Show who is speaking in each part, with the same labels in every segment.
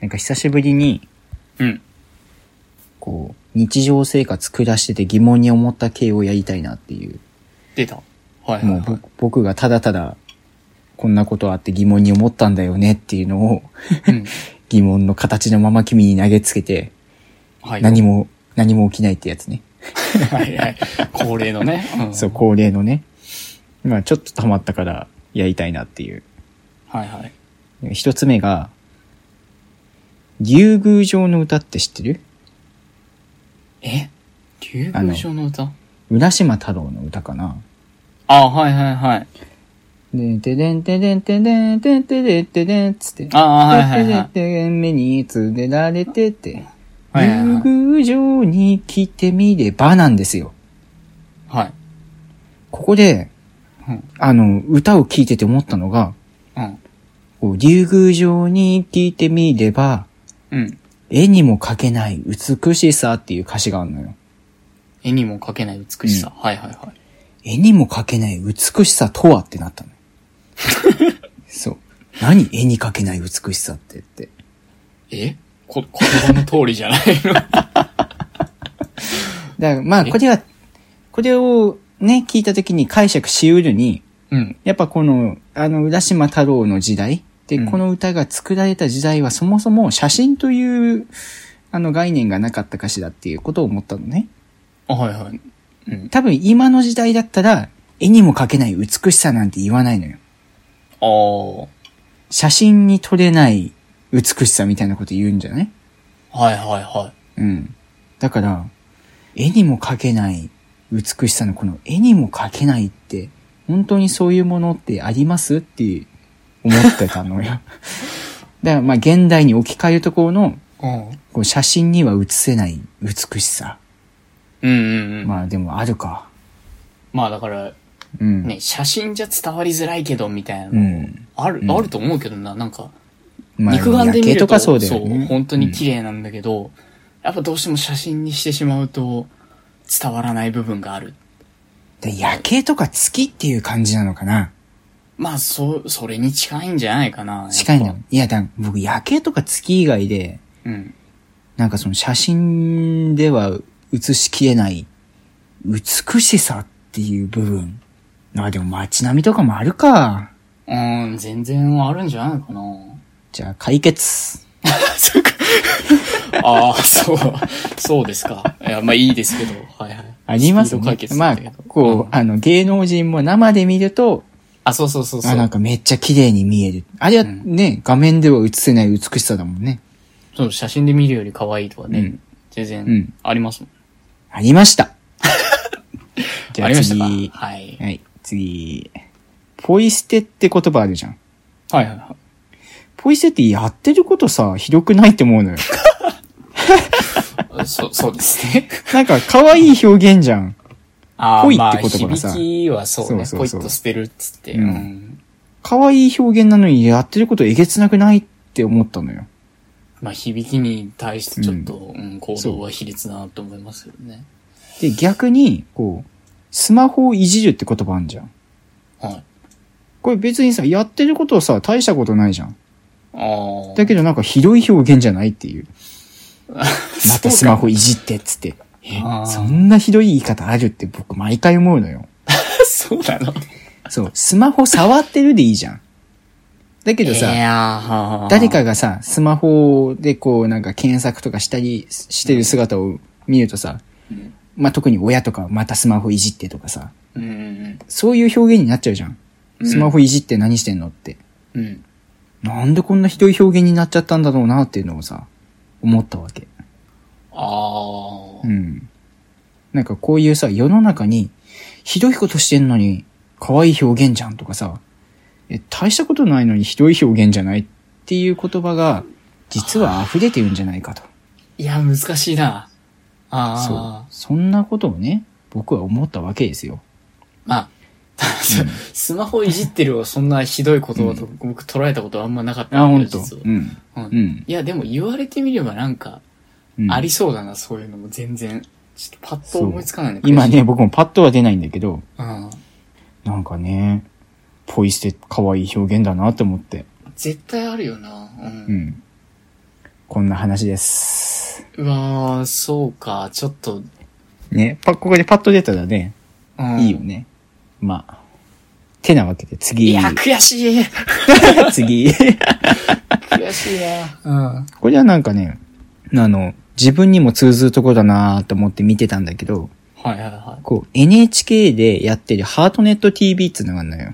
Speaker 1: なんか久しぶりに、
Speaker 2: うん。
Speaker 1: こう、日常生活暮らしてて疑問に思った系をやりたいなっていう。
Speaker 2: 出た。はいはい、
Speaker 1: もう
Speaker 2: はい
Speaker 1: ぼ。僕がただただ、こんなことあって疑問に思ったんだよねっていうのを、
Speaker 2: うん
Speaker 1: 疑問の形のまま君に投げつけて、
Speaker 2: はい。
Speaker 1: 何も、何も起きないってやつね。
Speaker 2: はいはい。恒例のね。うん
Speaker 1: そう、恒例のね。まあちょっと溜まったからやりたいなっていう。
Speaker 2: はいはい。
Speaker 1: 一つ目が、竜宮城の歌って知ってる
Speaker 2: え竜宮城の歌
Speaker 1: 浦島太郎の歌かな
Speaker 2: あ、はいはいはい。
Speaker 1: で、てでんてでんてでんてんてでんてでんつって。
Speaker 2: あはいはい
Speaker 1: て
Speaker 2: はい
Speaker 1: でんてでん目に連れられてって。
Speaker 2: はいはいはい
Speaker 1: 竜宮城に来てみればなんですよ。
Speaker 2: はい。
Speaker 1: ここで、
Speaker 2: うん。
Speaker 1: あの、歌を聴いてて思ったのが、
Speaker 2: うん。
Speaker 1: こう竜宮城に来てみれば、
Speaker 2: うん。
Speaker 1: 絵にも描けない美しさっていう歌詞があるのよ。
Speaker 2: 絵にも描けない美しさ。はいはいはい。
Speaker 1: 絵にも描けない美しさとはってなったのよ。そう。何絵に描けない美しさってって。
Speaker 2: えこ、言葉の通りじゃないの
Speaker 1: だからまあ、
Speaker 2: え
Speaker 1: これは、これをね、聞いた時に解釈し うるに、
Speaker 2: うん。
Speaker 1: やっぱこの、あの、浦島太郎の時代で、
Speaker 2: うん
Speaker 1: この歌が作られた時代はそもそも写真という、あの概念がなかったかしらっていうことを思ったのね。
Speaker 2: あ、はいはい。うん。
Speaker 1: 多分今の時代だったら、絵にも描けない美しさなんて言わないのよ。
Speaker 2: ああ。
Speaker 1: 写真に撮れない美しさみたいなこと言うんじゃない
Speaker 2: はいはいは
Speaker 1: うん。だから、絵にも描けない美しさのこの絵にも描けないって、本当にそういうものってありますって思ってた のよ。だからまあ現代に置き換えるところの、
Speaker 2: い。うん。
Speaker 1: こう写真には写せない美しさ。
Speaker 2: うんうんうん。まあ、
Speaker 1: まあでもあるか。
Speaker 2: だから、
Speaker 1: うん。
Speaker 2: ね、写真じゃ伝わりづらいけど、みたいな
Speaker 1: う
Speaker 2: の。
Speaker 1: ん。
Speaker 2: ある、
Speaker 1: うん
Speaker 2: あると思うけどな、なんか、
Speaker 1: まあ
Speaker 2: 肉眼
Speaker 1: 夜
Speaker 2: で見
Speaker 1: 景
Speaker 2: ると
Speaker 1: とかそうだよね。
Speaker 2: 本当に綺麗なんだけど、やっぱどうしても写真にしてしまうと伝わらない部分がある。
Speaker 1: うんで夜景とか月っていう感じなのかな。
Speaker 2: まあ、そう、それに近いんじゃないかな。やっぱ
Speaker 1: 近いんだ。いや、だ僕夜景とか月以外で、
Speaker 2: うん。
Speaker 1: なんかその写真では写しきれない美しさっていう部分。まあでも街並みとかもあるか。
Speaker 2: うーん、全然あるんじゃないかな。
Speaker 1: じゃあ解決。
Speaker 2: そうか。ああ、 そう。そうですか。いや、まあいいですけど。はいはい。
Speaker 1: あります
Speaker 2: スピード
Speaker 1: ね
Speaker 2: 解決。
Speaker 1: まあ
Speaker 2: だけど、
Speaker 1: こう、
Speaker 2: ん
Speaker 1: あの芸能人も生で見ると、
Speaker 2: あ、そうそうそうそ
Speaker 1: あ、なん
Speaker 2: う。
Speaker 1: かめっちゃ綺麗に見える。あれは
Speaker 2: うん
Speaker 1: ね、画面では写せない美しさだもんね。
Speaker 2: そう、写真で見るより可愛いとかね。
Speaker 1: うん
Speaker 2: 全
Speaker 1: うん
Speaker 2: 然、ありますもん。
Speaker 1: ありま した。じゃ
Speaker 2: あ
Speaker 1: あ
Speaker 2: りましたか
Speaker 1: 次。
Speaker 2: はい。
Speaker 1: はい、次。ポイ捨てって言葉あるじゃん。
Speaker 2: はいはいはい。
Speaker 1: ポイ捨てってやってることさ、ひどくないって思うのよ。
Speaker 2: あそう、そうですね。
Speaker 1: なんか可愛い表現じゃん。
Speaker 2: あー
Speaker 1: ポイって言葉がさ
Speaker 2: まあ、響きはそうね。
Speaker 1: そうそ
Speaker 2: ポ
Speaker 1: う
Speaker 2: イ
Speaker 1: そう
Speaker 2: ッと捨てるっつって。
Speaker 1: う
Speaker 2: うんん。
Speaker 1: 可愛い表現なのにやってることえげつなくないって思ったのよ。
Speaker 2: まあ、響きに対してちょっと、うん、行動は卑劣だなと思いますよね。
Speaker 1: で、逆に、こう、スマホをいじるって言葉あんじゃん。
Speaker 2: はい。
Speaker 1: これ別にさ、やってることはさ、大したことないじゃん。
Speaker 2: ああ。
Speaker 1: だけどなんかひどい表現じゃないっていう。またスマ
Speaker 2: ホ。
Speaker 1: ホいじってっつって。え
Speaker 2: あ、ー
Speaker 1: そんなひどい言い方あるって僕毎回思うのよ。
Speaker 2: そうなの
Speaker 1: そう、スマホ触ってるでいいじゃん。だけどさ、
Speaker 2: いやーはー
Speaker 1: 誰。かがさ、スマホでこうなんか検索とかしたりしてる姿を見るとさ、
Speaker 2: うん
Speaker 1: まあ、特に親とかまたスマホいじってとかさ、
Speaker 2: うん。
Speaker 1: そういう表現になっちゃうじゃん。スマホいじって何してんのって。
Speaker 2: うん。
Speaker 1: なんでこんなひどい表現になっちゃったんだろうなっていうのをさ、思ったわけ。
Speaker 2: ああ
Speaker 1: う。ん。なんかこういうさ、世の中に、ひどいことしてんのに、可愛い表現じゃんとかさ、え、大したことないのにひどい表現じゃないっていう言葉が、実は溢れてるんじゃないかと。
Speaker 2: いや、難しいな。
Speaker 1: そう
Speaker 2: あ。あ。
Speaker 1: そんなことをね、僕は思ったわけですよ。
Speaker 2: まあ、スマホいじってるをそんなひどい言葉と僕捉えたことはあんまなかった
Speaker 1: あ、ほん
Speaker 2: んだけ
Speaker 1: と
Speaker 2: ど。実は
Speaker 1: うん。
Speaker 2: う
Speaker 1: うんん。
Speaker 2: いや、でも言われてみればなんか、
Speaker 1: うん
Speaker 2: ありそうだな、そういうのも全然。ちょっとパッと
Speaker 1: そう
Speaker 2: 思いつかないんだけど。
Speaker 1: 今ね、。僕もパッとは出ないんだけど、
Speaker 2: うん。
Speaker 1: なんかね、ポイ捨て可愛い表現だなと思って。
Speaker 2: 絶対あるよな。うん。
Speaker 1: うん。こんな話です。
Speaker 2: うわー、そうか、ちょっと、
Speaker 1: ね、パここでパッと出たらね、
Speaker 2: うん
Speaker 1: いいよ。ね。まあ、てなわけで
Speaker 2: い
Speaker 1: 次
Speaker 2: や、、悔しい。
Speaker 1: 次。
Speaker 2: 悔しいな。うん。
Speaker 1: これはなんかね、あの、自分にも通ずるとこだなと思って見てたんだけど、
Speaker 2: はいはいは
Speaker 1: こう、NHK でやってるハートネット TV っていうのがあるのよ。
Speaker 2: い。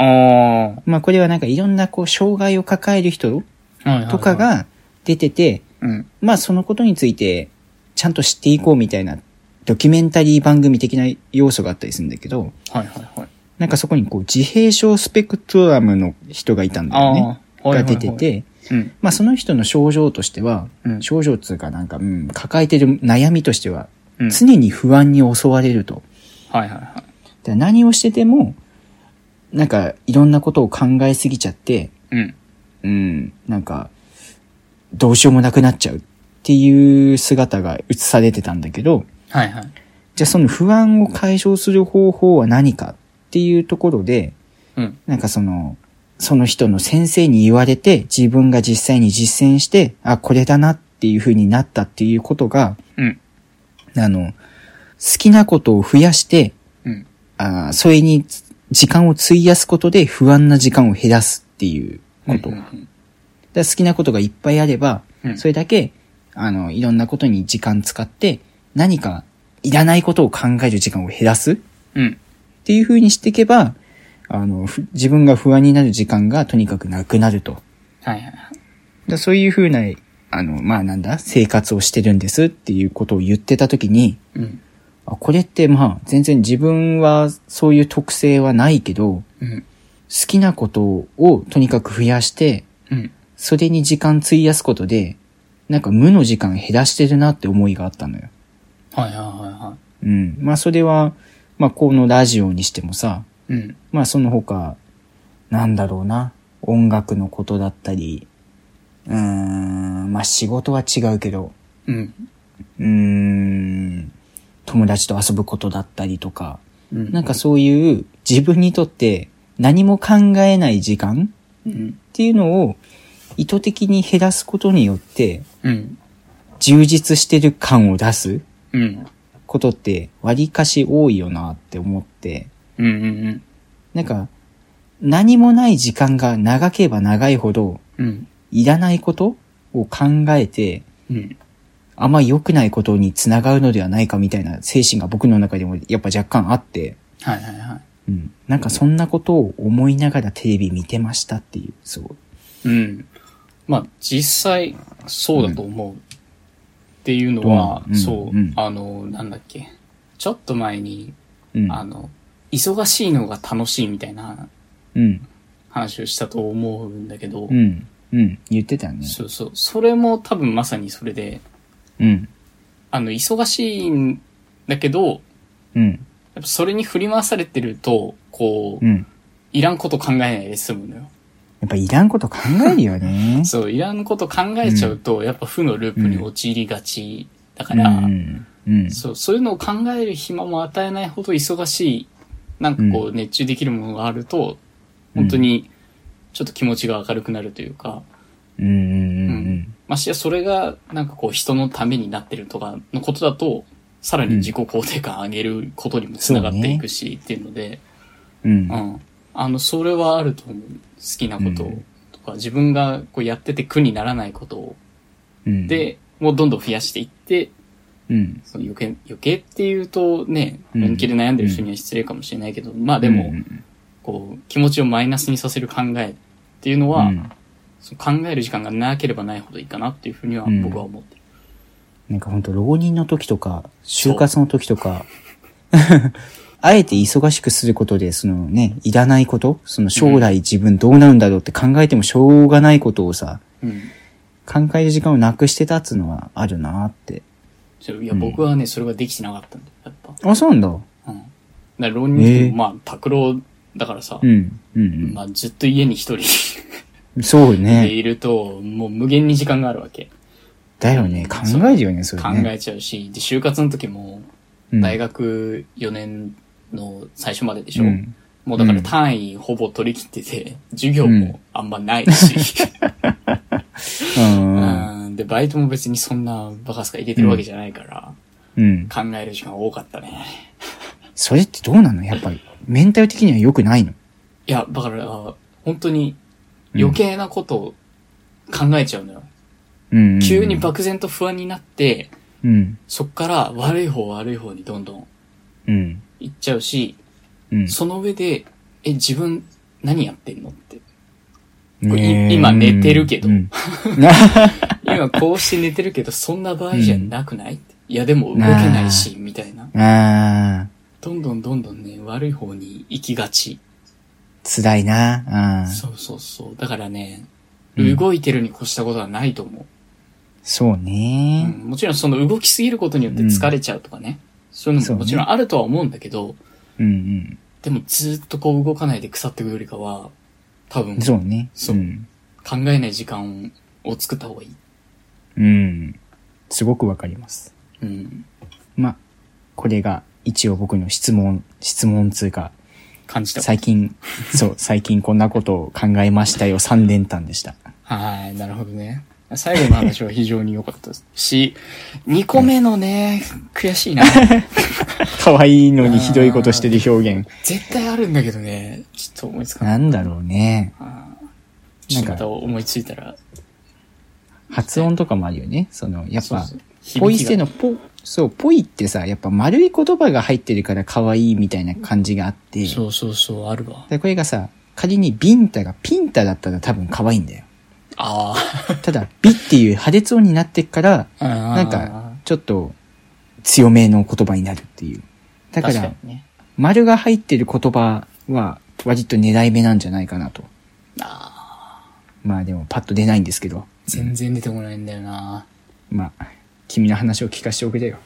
Speaker 2: あ
Speaker 1: まあこれはなんかいろんなこう、障害を抱える人
Speaker 2: あ。はいはいはい
Speaker 1: とか、が出てて、
Speaker 2: うん。
Speaker 1: まあそのことについて、ちゃんと知っていこうみたいな、ドキュメンタリー番組的な要素があったりするんだけど、
Speaker 2: はいはいはい。
Speaker 1: なんかそこにこう、自閉症スペクトラムの人がいたんだよね。
Speaker 2: あーはいはいはい
Speaker 1: が出てて、
Speaker 2: うん。
Speaker 1: まあその人の症状としては、
Speaker 2: うん
Speaker 1: 症状っていうかなんか、うん、抱えてる悩みとしては、
Speaker 2: うん
Speaker 1: 常に不安に襲われると。
Speaker 2: はいはいはい。
Speaker 1: で何をしてても、なんかいろんなことを考えすぎちゃって、
Speaker 2: うん。
Speaker 1: うん、なんか、どうしようもなくなっちゃうっていう姿が映されてたんだけど、
Speaker 2: はいはい。
Speaker 1: じゃあその不安を解消する方法は何かっていうところで、
Speaker 2: うん。
Speaker 1: なんかその、その人の先生に言われて、自分が実際に実践して、あ、これだなっていう風になったっていうことが、
Speaker 2: うん。
Speaker 1: あの、好きなことを増やして、
Speaker 2: うん。
Speaker 1: あーそれに時間を費やすことで不安な時間を減らすっていうこと。
Speaker 2: うん
Speaker 1: だから好きなことがいっぱいあれば、
Speaker 2: うん
Speaker 1: それだけ、あの、いろんなことに時間使って、何かいらないことを考える時間を減らすっ
Speaker 2: うん。
Speaker 1: ていう風にしていけば、あの、ふ自分が不安になる時間がとにかくなくなると。だか
Speaker 2: はいはいはい。
Speaker 1: らそういう風な、あの、まあなんだ、生活をしてるんですっていうことを言ってた時に、
Speaker 2: うん。
Speaker 1: あこれってまあ全然自分はそういう特性はないけど、
Speaker 2: うん。
Speaker 1: 好きなことをとにかく増やして、
Speaker 2: うん。
Speaker 1: それに時間費やすことで、なんか無の時間減らしてるなって思いがあったのよ。
Speaker 2: はいはいは
Speaker 1: うん。まあそれは、まあこのラジオにしてもさ、
Speaker 2: いはい。うん。
Speaker 1: まあその他、なんだろうな、音楽のことだったり、うーん、まあ仕事は違うけど、
Speaker 2: うん。
Speaker 1: うーん、友達と遊ぶことだったりとか、
Speaker 2: うん。
Speaker 1: なんかそういう自分にとって何も考えない時間
Speaker 2: うん。
Speaker 1: っていうのを意図的に減らすことによって
Speaker 2: うん。
Speaker 1: 充実してる感を出す
Speaker 2: うん。
Speaker 1: ことって割かし多いよなって思って、
Speaker 2: うん。うん。
Speaker 1: なんか何もない時間が長ければ長いほど
Speaker 2: うん。
Speaker 1: いらないことを考えて
Speaker 2: うん。
Speaker 1: あんま良くないことにつながるのではないかみたいな精神が僕の中でもやっぱ若干あって、
Speaker 2: はいはいはい。
Speaker 1: うん。なんかそんなことを思いながらテレビ見てましたっていう、そう。
Speaker 2: うん。まあ、実際、そうだと思う。っていうのは、
Speaker 1: うんう
Speaker 2: そう、
Speaker 1: ん
Speaker 2: あの、なんだっけ。ちょっと前に、
Speaker 1: うん。
Speaker 2: あの、忙しいのが楽しいみたいな
Speaker 1: うん。
Speaker 2: 話をしたと思うんだけど、
Speaker 1: うん。うん。言ってたね。
Speaker 2: そうそう。それも多分まさにそれで、
Speaker 1: うん。
Speaker 2: あの、忙しいんだけど、
Speaker 1: うん。
Speaker 2: やっぱそれに振り回されてると、こう、
Speaker 1: うん。
Speaker 2: いらんこと考えないで済むのよ。。
Speaker 1: やっぱいらんこと考えるよね
Speaker 2: そう、いらんこと考えちゃうと、やっぱ負のループに陥りがちだから、
Speaker 1: うん。うん。
Speaker 2: そう、そういうのを考える暇も与えないほど忙しい、なんかこう、熱中できるものがあると、
Speaker 1: うん
Speaker 2: 本当に、ちょっと気持ちが明るくなるというか、
Speaker 1: うん。うん。
Speaker 2: ましてやそれが、なんかこう、人のためになってるとかのことだと、さらに自己肯定感上げることにもつながっていくし、っていうので、
Speaker 1: うん。うん
Speaker 2: う。ん。あの、それはあると思う。好きなこと
Speaker 1: う
Speaker 2: を
Speaker 1: ん
Speaker 2: とか、自分がこうやってて苦にならないことを、
Speaker 1: うん、
Speaker 2: で、もうどんどん増やしていって、
Speaker 1: うん。
Speaker 2: その余計、余計っていうとね、
Speaker 1: うん
Speaker 2: 本気で悩んでる人には失礼かもしれないけど、まあでも、
Speaker 1: うん
Speaker 2: こう、気持ちをマイナスにさせる考えっていうのは、
Speaker 1: うん
Speaker 2: その考える時間がなければないほどいいかなっていうふうには
Speaker 1: うん
Speaker 2: 僕は思ってる。
Speaker 1: なんかほんと、浪人の時とか、就活の時とか、あえて忙しくすることで、そのね、いらないこと、その将来自分どうなるんだろうって考えてもしょうがないことをさ、
Speaker 2: うん。
Speaker 1: 考える時間をなくしてたっつうのはあるなって。
Speaker 2: そういや、僕はね、それができてなかったんだよ、やっぱ。
Speaker 1: あ、そうなんだ。
Speaker 2: うん。だから、浪人しても
Speaker 1: えー
Speaker 2: まあ、拓郎だからさ
Speaker 1: う、ん、うん、
Speaker 2: まあ、ずっと家に一人
Speaker 1: うん。そう
Speaker 2: で
Speaker 1: ね。
Speaker 2: いると、もう無限に時間があるわけ。
Speaker 1: だよね。考えるよね、それ
Speaker 2: 考
Speaker 1: ね。
Speaker 2: えちゃうし、で、就活の時も、
Speaker 1: うん
Speaker 2: 大学4年の最初まででしょ、
Speaker 1: うん
Speaker 2: もうだか
Speaker 1: う
Speaker 2: ら
Speaker 1: ん
Speaker 2: 単位ほぼ取り切ってて、授業
Speaker 1: う ん
Speaker 2: もあんまないし、
Speaker 1: う。
Speaker 2: うんんで、バイトも別にそんなバカスカ入れてるわけじゃないから、
Speaker 1: うん。
Speaker 2: 考える時間多かったね。
Speaker 1: それってどうなのやっぱり。メンタル的には良くないの
Speaker 2: いや、だから、本当に余計なことを考えちゃうのよ。
Speaker 1: うんうん。
Speaker 2: 急に
Speaker 1: バ
Speaker 2: 漠然と不安になって、
Speaker 1: うん。
Speaker 2: そっから悪い方悪い方にどんどん
Speaker 1: うん。
Speaker 2: 行っちゃうし、
Speaker 1: うん。
Speaker 2: その上で、え、自分何やってんのって。
Speaker 1: ねえ
Speaker 2: い今寝てるけど
Speaker 1: う ん
Speaker 2: 今こうして寝てるけど、そんな場合じゃなくない、っていや、でも動けないし、みたいな。
Speaker 1: ああ、
Speaker 2: どんどんどんどんね、悪い方に行きがち。
Speaker 1: 辛いな。ああ。
Speaker 2: そうそうそう。だから
Speaker 1: う
Speaker 2: ね、
Speaker 1: ん
Speaker 2: 動いてるに越したことはないと思
Speaker 1: そう
Speaker 2: う。う
Speaker 1: ね。
Speaker 2: ん、もちろんその動きすぎることによって疲れちゃうとかね。そういうの
Speaker 1: そう
Speaker 2: も
Speaker 1: ね
Speaker 2: もちろんあるとは思うんだけど、
Speaker 1: うん
Speaker 2: でもずっとこう動かないで腐っていくよりかは、多
Speaker 1: う
Speaker 2: 分
Speaker 1: ん。そうね。。
Speaker 2: そうん考えない時間を作った方がいい。
Speaker 1: うん。すごくわかります。
Speaker 2: うん。
Speaker 1: まあ、これが一応僕の質問、質問つうか、
Speaker 2: 感じた。
Speaker 1: 最近、そう、最近こんなことを考えましたよ、3連単でした。
Speaker 2: はい、なるほどね。最後の話は非常に良かったですし、2個目のね、悔しい な。
Speaker 1: 可愛いのにひどいことしてる表現。
Speaker 2: 絶対あるんだけどね、ちょっと思いつかない。
Speaker 1: なんだろうね。
Speaker 2: あーちょっとまた思いついたら、
Speaker 1: 発音とかもあるよね。その、やっぱ、ポ
Speaker 2: ポ
Speaker 1: イ捨てのポ、そう、ポイってさ、やっぱ丸い言葉が入ってるから可愛いみたいな感じがあって、
Speaker 2: そうそうそう、あるわ。
Speaker 1: でこれがさ、仮にビンタがピンタだったら多分可愛いん だよ。
Speaker 2: あ
Speaker 1: ただ、ビっていう破裂音になってっから、
Speaker 2: あ。な
Speaker 1: なんか、ちょっと強めの言葉になるっていう。だか
Speaker 2: 確からに、ね。
Speaker 1: 丸が入ってる言葉は割と狙い目なんじゃないかなと。
Speaker 2: ああ。
Speaker 1: まあでもパッと出ないんですけど。
Speaker 2: 全然出てこないんだよな。
Speaker 1: まあ、君の話を聞かせておく れよ。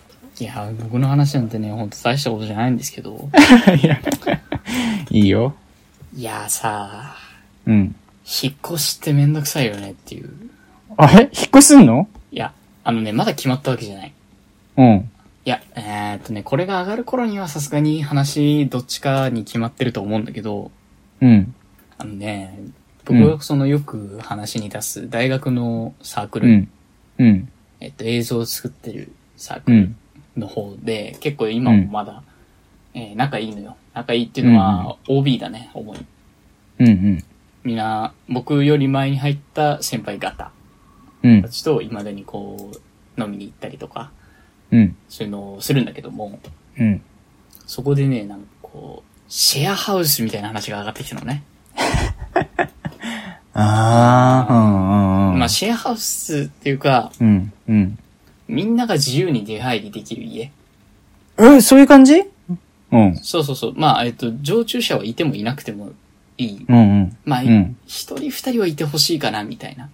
Speaker 2: いや、僕の話なんてね、ほんと大したことじゃないんですけ ど。
Speaker 1: いいよ。
Speaker 2: いやさ、
Speaker 1: うん。
Speaker 2: 引っ越しってめんどくさいよねっていう。
Speaker 1: あれ引っ越すんの
Speaker 2: いや、あのね、まだ決まったわけじゃない。
Speaker 1: うん。
Speaker 2: いや、えー、っとね、これが上がる頃にはさすがに話どっちかに決まってると思うんだけど、
Speaker 1: うん。
Speaker 2: あのね、
Speaker 1: うん
Speaker 2: 僕がそのよく話に出す大学のサーク
Speaker 1: う
Speaker 2: ル、
Speaker 1: ん。うん。
Speaker 2: えっと映像を作ってるサーク
Speaker 1: う
Speaker 2: ル
Speaker 1: ん。
Speaker 2: の方で、結構今もまだ、えー仲いいのよ。仲いいっていうのは OB だね、主に。
Speaker 1: うん。うん。
Speaker 2: みんな、僕より前に入った先輩方
Speaker 1: うん
Speaker 2: た。ちと未だにこう、飲みに行ったりとか、
Speaker 1: うん。
Speaker 2: そういうのをするんだけども、
Speaker 1: うん。
Speaker 2: そこでね、なんかこう、シェアハウスみたいな話が上がってきたのね。
Speaker 1: ああ、うんうんうん。
Speaker 2: まあ、シェアハウスっていうか、
Speaker 1: うん。うん。
Speaker 2: みんなが自由に出入りできる家。
Speaker 1: え、そういう感じうん。
Speaker 2: そうそうそう。まあ、えっと、常駐者はいてもいなくてもいい。
Speaker 1: うんうん。
Speaker 2: まあ、
Speaker 1: うん
Speaker 2: 一人二人はいてほしいかな、みたいな。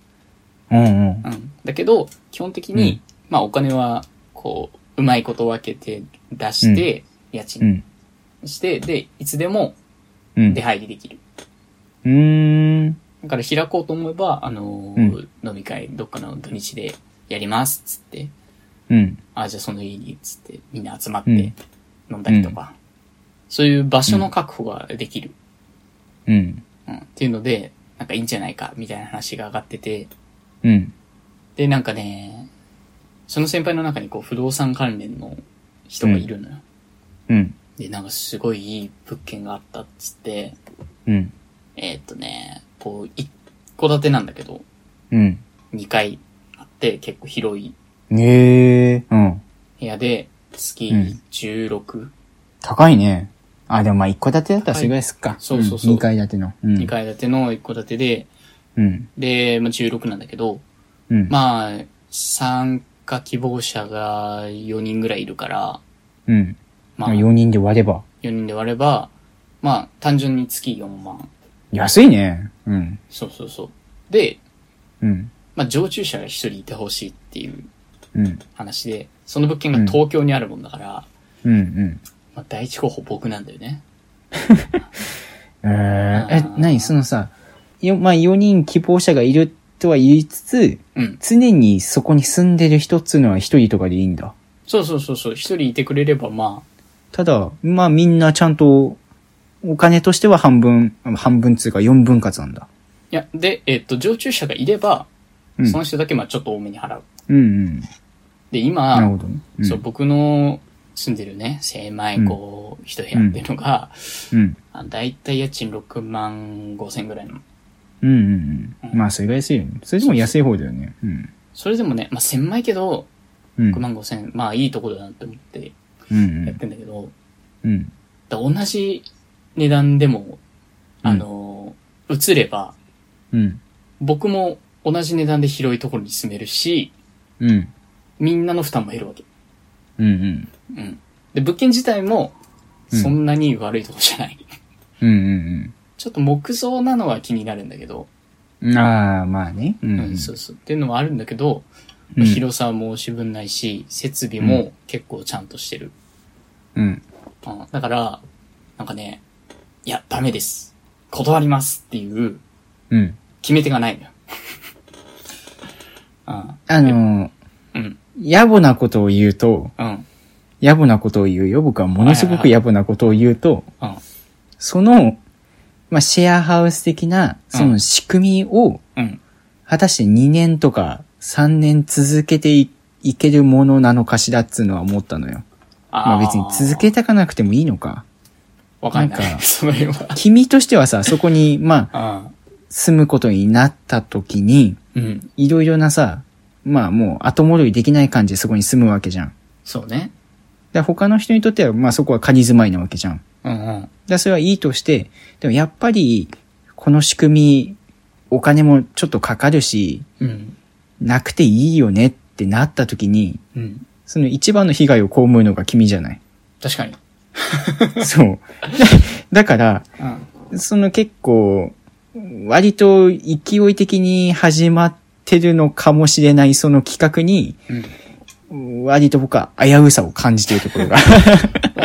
Speaker 1: うんうん
Speaker 2: う。ん。だけど、基本的に、
Speaker 1: うん
Speaker 2: まあ、お金は、こう、うまいこと分けて出して、家
Speaker 1: う
Speaker 2: 賃
Speaker 1: ん。
Speaker 2: して、で、いつでも
Speaker 1: うん。
Speaker 2: 出入りできる。
Speaker 1: うーん。
Speaker 2: だから開こうと思えば、あのー飲み会、どっかの土日でやります、つって。
Speaker 1: うん。
Speaker 2: あ、じゃあその家に、つって、みんな集まって
Speaker 1: うん
Speaker 2: 飲んだりとか、そういう場所の確保ができる、
Speaker 1: うん。
Speaker 2: うんっていうので、なんかいいんじゃないか、みたいな話が上がってて、
Speaker 1: うん。
Speaker 2: で、なんかね、その先輩の中にこう、不動産関連の人がいるのよ。
Speaker 1: うん。
Speaker 2: で、なんかすごいいい物件があったっつって、
Speaker 1: うん。
Speaker 2: えーっとね、こう、一戸建てなんだけど、
Speaker 1: うん。
Speaker 2: 2階あって、結構広い
Speaker 1: へえ。うん。
Speaker 2: 部屋で、月
Speaker 1: うん
Speaker 2: 16、
Speaker 1: 高いね。あ、でもまあ、一戸建てだったらそれぐらいすっか。
Speaker 2: そうそうそうん
Speaker 1: 二階建ての。うん。
Speaker 2: 2階建ての1戸建てで、
Speaker 1: うん。
Speaker 2: で、まあ、16なんだけど、
Speaker 1: うん。
Speaker 2: まあ、参加希望者が4人ぐらいいるから、
Speaker 1: うん。ま
Speaker 2: まあ、
Speaker 1: あ、
Speaker 2: 4
Speaker 1: 4人で割れば。
Speaker 2: 人で割れば、まあ、単純に月4万。
Speaker 1: 安いね。うん。
Speaker 2: そうそうそう。で、
Speaker 1: うん。
Speaker 2: まあ、常駐者が1人いてほしいっていう
Speaker 1: うん。
Speaker 2: 話で、その物件が東京にあるもんだから、
Speaker 1: うん。うん。
Speaker 2: まあ、第一候補僕なんだよね。
Speaker 1: えー
Speaker 2: あ
Speaker 1: え
Speaker 2: ー、
Speaker 1: 何そのさ、よ、まあ、4人希望者がいるとは言いつつ、
Speaker 2: うん。
Speaker 1: 常にそこに住んでる人っつうのは一人とかでいいんだ。
Speaker 2: そうそうそうそう、1人いてくれれば、まあ、
Speaker 1: ただ、まあみんなちゃんと、お金としては半分、半分つうか4分割なんだ。
Speaker 2: いや、で、えっと、常駐者がいれば、
Speaker 1: うん
Speaker 2: その人だけまあちょっと多めに払う。
Speaker 1: うんうん。な
Speaker 2: で、
Speaker 1: る
Speaker 2: 今
Speaker 1: ほ、どね。うん
Speaker 2: そう、僕の住んでるね、狭いこう、一部屋っていうのが、
Speaker 1: うん。
Speaker 2: あだいたい家賃6万5千ぐらいの。
Speaker 1: うんうんうん。まあ、それが安いよね。それでも安い方だよね。うん。
Speaker 2: それでもね、まあ狭いけど、
Speaker 1: うん。
Speaker 2: 6万5千、まあいいとこだなって思って
Speaker 1: うん
Speaker 2: やってんだけど、
Speaker 1: うん。うん。
Speaker 2: だ同じ値段でも、
Speaker 1: うん
Speaker 2: あの、移れば、
Speaker 1: うん。
Speaker 2: 僕も同じ値段で広いところに住めるし、
Speaker 1: うん。
Speaker 2: みんなの負担も減るわけ。
Speaker 1: うん。
Speaker 2: うん。で、物件自体も、
Speaker 1: うん
Speaker 2: そんなに悪いとこじゃない。
Speaker 1: うんうん
Speaker 2: ちょっと木造なのは気になるんだけど、
Speaker 1: うん。ああ、まあね。う。
Speaker 2: うんん、そうそう。っていうのはあるんだけど、
Speaker 1: うん
Speaker 2: 広さは申し分ないし、設備も結構ちゃんとしてる。
Speaker 1: うん。
Speaker 2: うん、だから、なんかね、いや、ダメです。断りますっていう
Speaker 1: うん。
Speaker 2: 決め手がないのよ。 うん
Speaker 1: あの
Speaker 2: うん。うん。
Speaker 1: ー、野暮なことを言うと、
Speaker 2: うん。
Speaker 1: 野暮なことを言うよ。僕はものすごく野暮なことを言うと、その、まあ、シェアハウス的な、その仕組みを、
Speaker 2: うん。
Speaker 1: 果たして2年とか3年続けていいけるものなのかしらっつうのは思ったのよ。まあ別に続けたかなくてもいいのか。
Speaker 2: わかんない。
Speaker 1: なんか
Speaker 2: その辺は。
Speaker 1: 君としてはさ、そこに、まあ、
Speaker 2: あ
Speaker 1: 住むことになった時に、
Speaker 2: うん。
Speaker 1: いろいろなさ、まあもう後戻りできない感じでそこに住むわけじゃん。
Speaker 2: そうね。
Speaker 1: で他の人にとっては、まあそこは仮住まいなわけじゃん。
Speaker 2: うんうん。
Speaker 1: で、それはいいとして、でもやっぱり、この仕組み、お金もちょっとかかるし、
Speaker 2: うん。
Speaker 1: なくていいよねってなった時に、
Speaker 2: うん。
Speaker 1: その一番の被害を被るのが君じゃない。
Speaker 2: 確かに。
Speaker 1: そう。だから、
Speaker 2: うん。
Speaker 1: その結構、割と勢い的に始まってるのかもしれないその企画に、
Speaker 2: うん。
Speaker 1: 割と僕は危うさを感じているところが。
Speaker 2: ま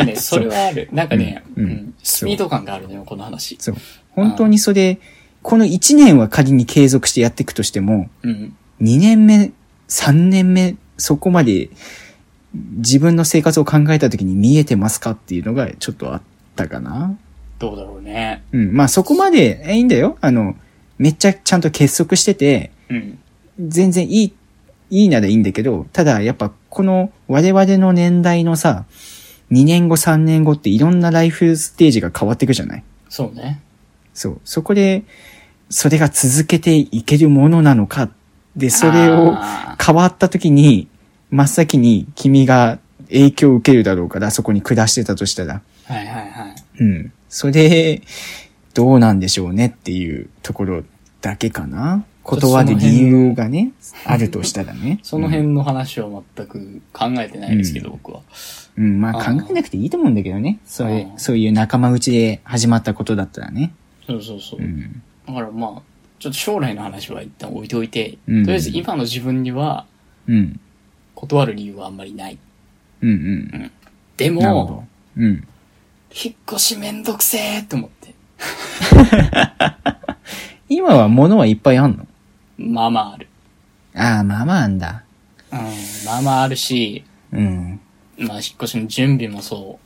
Speaker 2: あね、それはある。なんかね、
Speaker 1: う
Speaker 2: うんん、
Speaker 1: うん
Speaker 2: スピード感があるのよ、この話。
Speaker 1: そう。本当にそれ、この1年は仮に継続してやっていくとしても、
Speaker 2: うん。
Speaker 1: 2年目、3年目、そこまで自分の生活を考えた時に見えてますかっていうのがちょっとあったかな。
Speaker 2: どうだろうね。
Speaker 1: うん。まあそこまで、えいいんだよ。あの、めっちゃちゃんと結束してて、
Speaker 2: うん。
Speaker 1: 全然いい、いいならいいんだけど、ただやっぱこの我々の年代のさ、2年後3年後っていろんなライフステージが変わっていくじゃない
Speaker 2: そうね。
Speaker 1: そう。そこで、それが続けていけるものなのか。で、それを
Speaker 2: あ
Speaker 1: 変わった時に、真っ先に君が影響を受けるだろうから、そこに下してたとしたら。
Speaker 2: ーはいはいはい。
Speaker 1: うん。それ、どうなんでしょうねっていうところだけかな。断る理由がね、あるとしたらね。
Speaker 2: その辺の話は全く考えてないですけど、僕は。
Speaker 1: うん。うん、まあ
Speaker 2: あー
Speaker 1: 考えなくていいと思うんだけどね。そういう、
Speaker 2: あー
Speaker 1: そういう仲間内で始まったことだったらね。
Speaker 2: そうそうそう。
Speaker 1: うん。
Speaker 2: だからまあ、ちょっと将来の話は一旦置いておいて、
Speaker 1: うん
Speaker 2: とりあえず今の自分には
Speaker 1: うん。
Speaker 2: 断る理由はあんまりない。
Speaker 1: うんうん。
Speaker 2: で
Speaker 1: なるほ
Speaker 2: も、
Speaker 1: ど。うん。
Speaker 2: 引っ越しめんどくせえって思って。
Speaker 1: 今は物はいっぱいあんの
Speaker 2: まあまあある。
Speaker 1: ああ、まあまああんだ。
Speaker 2: うん、まあまああるし、
Speaker 1: うん。
Speaker 2: まあ引っ越しの準備もそ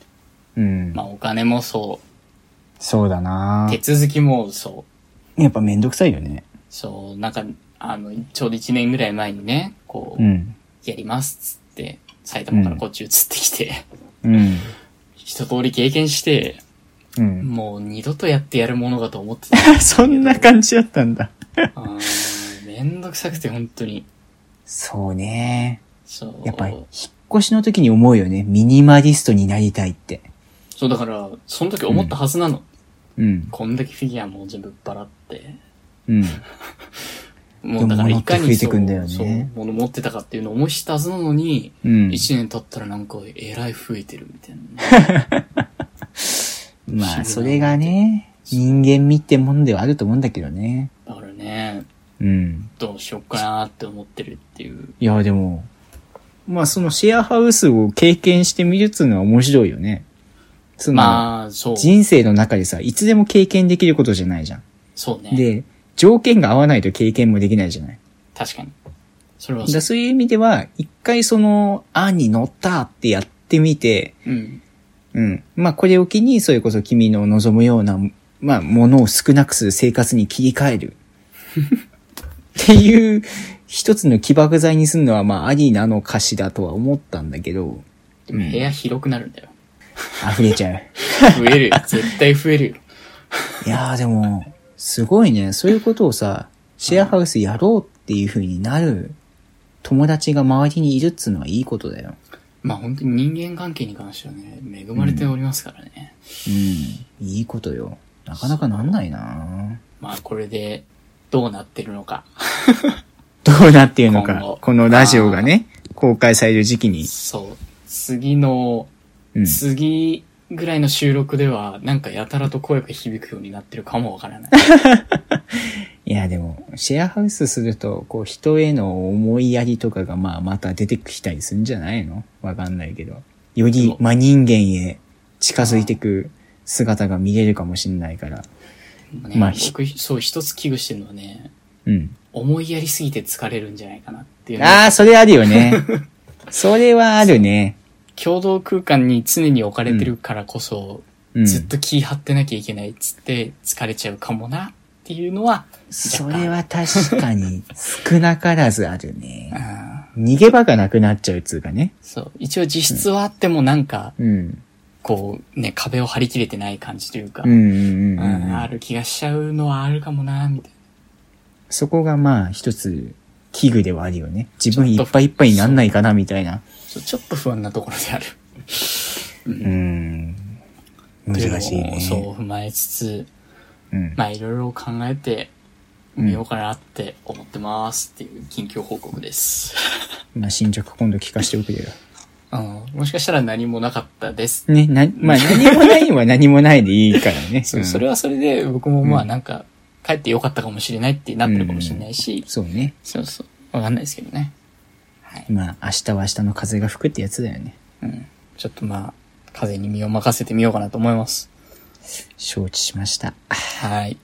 Speaker 1: うん
Speaker 2: う、まあお金もそ
Speaker 1: そうだな
Speaker 2: う、手続きもそう、
Speaker 1: やっぱめんどくさいよね。
Speaker 2: そう、なんか、あの、ちょうど1年ぐらい前にね、こう、
Speaker 1: ん。
Speaker 2: やりますっつって、埼玉からこっち移ってきて、
Speaker 1: うん。
Speaker 2: 一通り経験して、
Speaker 1: うん。
Speaker 2: もう二度とやってやるものかと思って た。
Speaker 1: そんな感じだったんだ。
Speaker 2: うーんめんどくさくて、本当に。
Speaker 1: そうね。
Speaker 2: そう。
Speaker 1: やっぱり、引っ越しの時に思うよね。ミニマリストになりたいって。
Speaker 2: そう、だから、その時思ったはずなの。
Speaker 1: うん。
Speaker 2: こんだけフィギュアも全部ぶっ払って。
Speaker 1: うん。
Speaker 2: もうだから、い
Speaker 1: でも
Speaker 2: か
Speaker 1: 物って増え
Speaker 2: に
Speaker 1: て
Speaker 2: そう、
Speaker 1: くんだよね
Speaker 2: そう、物持ってたかっていうのを思い知ったはずなのに、
Speaker 1: うん。
Speaker 2: 一年経ったらなんか、えらい増えてるみたいなね。
Speaker 1: まあ、それがね、人間味ってもんではあると思うんだけどね。
Speaker 2: だからね、
Speaker 1: うん。
Speaker 2: どうしよっかなって思ってるっていう。
Speaker 1: いや、でも、まあ、そのシェアハウスを経験してみるっていうのは面白いよね。つまり、
Speaker 2: まあ、そう。
Speaker 1: 人生の中でさ、いつでも経験できることじゃないじゃん。
Speaker 2: そうね。
Speaker 1: で、条件が合わないと経験もできないじゃない。
Speaker 2: 確かに。それは
Speaker 1: だ
Speaker 2: そう
Speaker 1: からそういう意味では、一回その案に乗ったってやってみて、
Speaker 2: うん。
Speaker 1: うん。まあこれを機に、それこそ君の望むような、まあものを少なくする生活に切り替える。っっていう一つの起爆剤にするのはまあありなのかしらとは思ったんだけど、
Speaker 2: でも部屋広くなるんだよ。
Speaker 1: 溢れちゃう。
Speaker 2: 増 えるよ。絶対増えるよ。
Speaker 1: いやーでも、すごいね。そういうことをさ、シェアハウスやろうっていう風になる友達が周りにいるっつうのはいいことだよ。
Speaker 2: まあ本当に人間関係に関してはね、恵まれておりますからね。
Speaker 1: うん。いいことよ。なかなかなんないな
Speaker 2: まあこれでどうなってるのか。
Speaker 1: どうなっていうのか
Speaker 2: 今後。
Speaker 1: このラジオがね、公開される時期に。
Speaker 2: そう。次の、
Speaker 1: うん。
Speaker 2: 次ぐらいの収録では、なんかやたらと声が響くようになってるかもわか らない。
Speaker 1: いや、でも、シェアハウスすると、こう、人への思いやりとかが、まあ、また出てきたりするんじゃないのわかんないけど。よ
Speaker 2: で
Speaker 1: り
Speaker 2: も、
Speaker 1: まあ、人間へ近づいてく姿が見れるかもしれないから。
Speaker 2: ね、
Speaker 1: まあ
Speaker 2: 僕、そう、一つ危惧してるのはね、
Speaker 1: うん。
Speaker 2: 思いやりすぎて疲れるんじゃないかなっていうのが。
Speaker 1: ああ、それあるよね。 それはあるね。
Speaker 2: 共同空間に常に置かれてるからこそ、
Speaker 1: うん。
Speaker 2: ずっと気張ってなきゃいけないっつって疲れちゃうかもなっていうのは、
Speaker 1: それは確かに少なからずあるね。
Speaker 2: あー
Speaker 1: 逃げ場がなくなっちゃうっつうかね。
Speaker 2: そう、一応実質はあってもなんか、
Speaker 1: うん。
Speaker 2: こうね、壁を張り切れてない感じというか、
Speaker 1: うんうんうん、うん
Speaker 2: うんある気がしちゃうのはあるかもなみたいな。
Speaker 1: そこがまあ一つ器具ではあるよね。自分いっぱいいっぱいになんないかなみたいな。
Speaker 2: ちょちょっと不安なところである。
Speaker 1: うん。難しいね。
Speaker 2: そう踏まえつつ、
Speaker 1: うん。
Speaker 2: まあいろいろ考えてみようかなって思ってますっていう近況報告です。
Speaker 1: まあ進捗今度聞かせておくれよ。
Speaker 2: うん、もしかしたら何もなかったです。
Speaker 1: ね、な、まあ何もないは何もないでいいからね。
Speaker 2: そう
Speaker 1: うん
Speaker 2: それはそれで僕もまあなんか帰ってよかったかもしれないってなってるかもしれないし、
Speaker 1: そうね。
Speaker 2: そうそう、わかんないですけどね。はい。
Speaker 1: まあ明日は明日の風が吹くってやつだよね。
Speaker 2: うん。ちょっとまあ、風に身を任せてみようかなと思います。
Speaker 1: 承知しました。あ
Speaker 2: はい。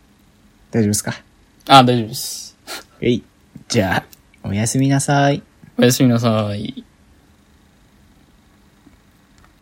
Speaker 1: 大丈夫ですか
Speaker 2: あ、大丈夫です。
Speaker 1: えい。じゃあ、おやすみなさい。
Speaker 2: おやすみなさい。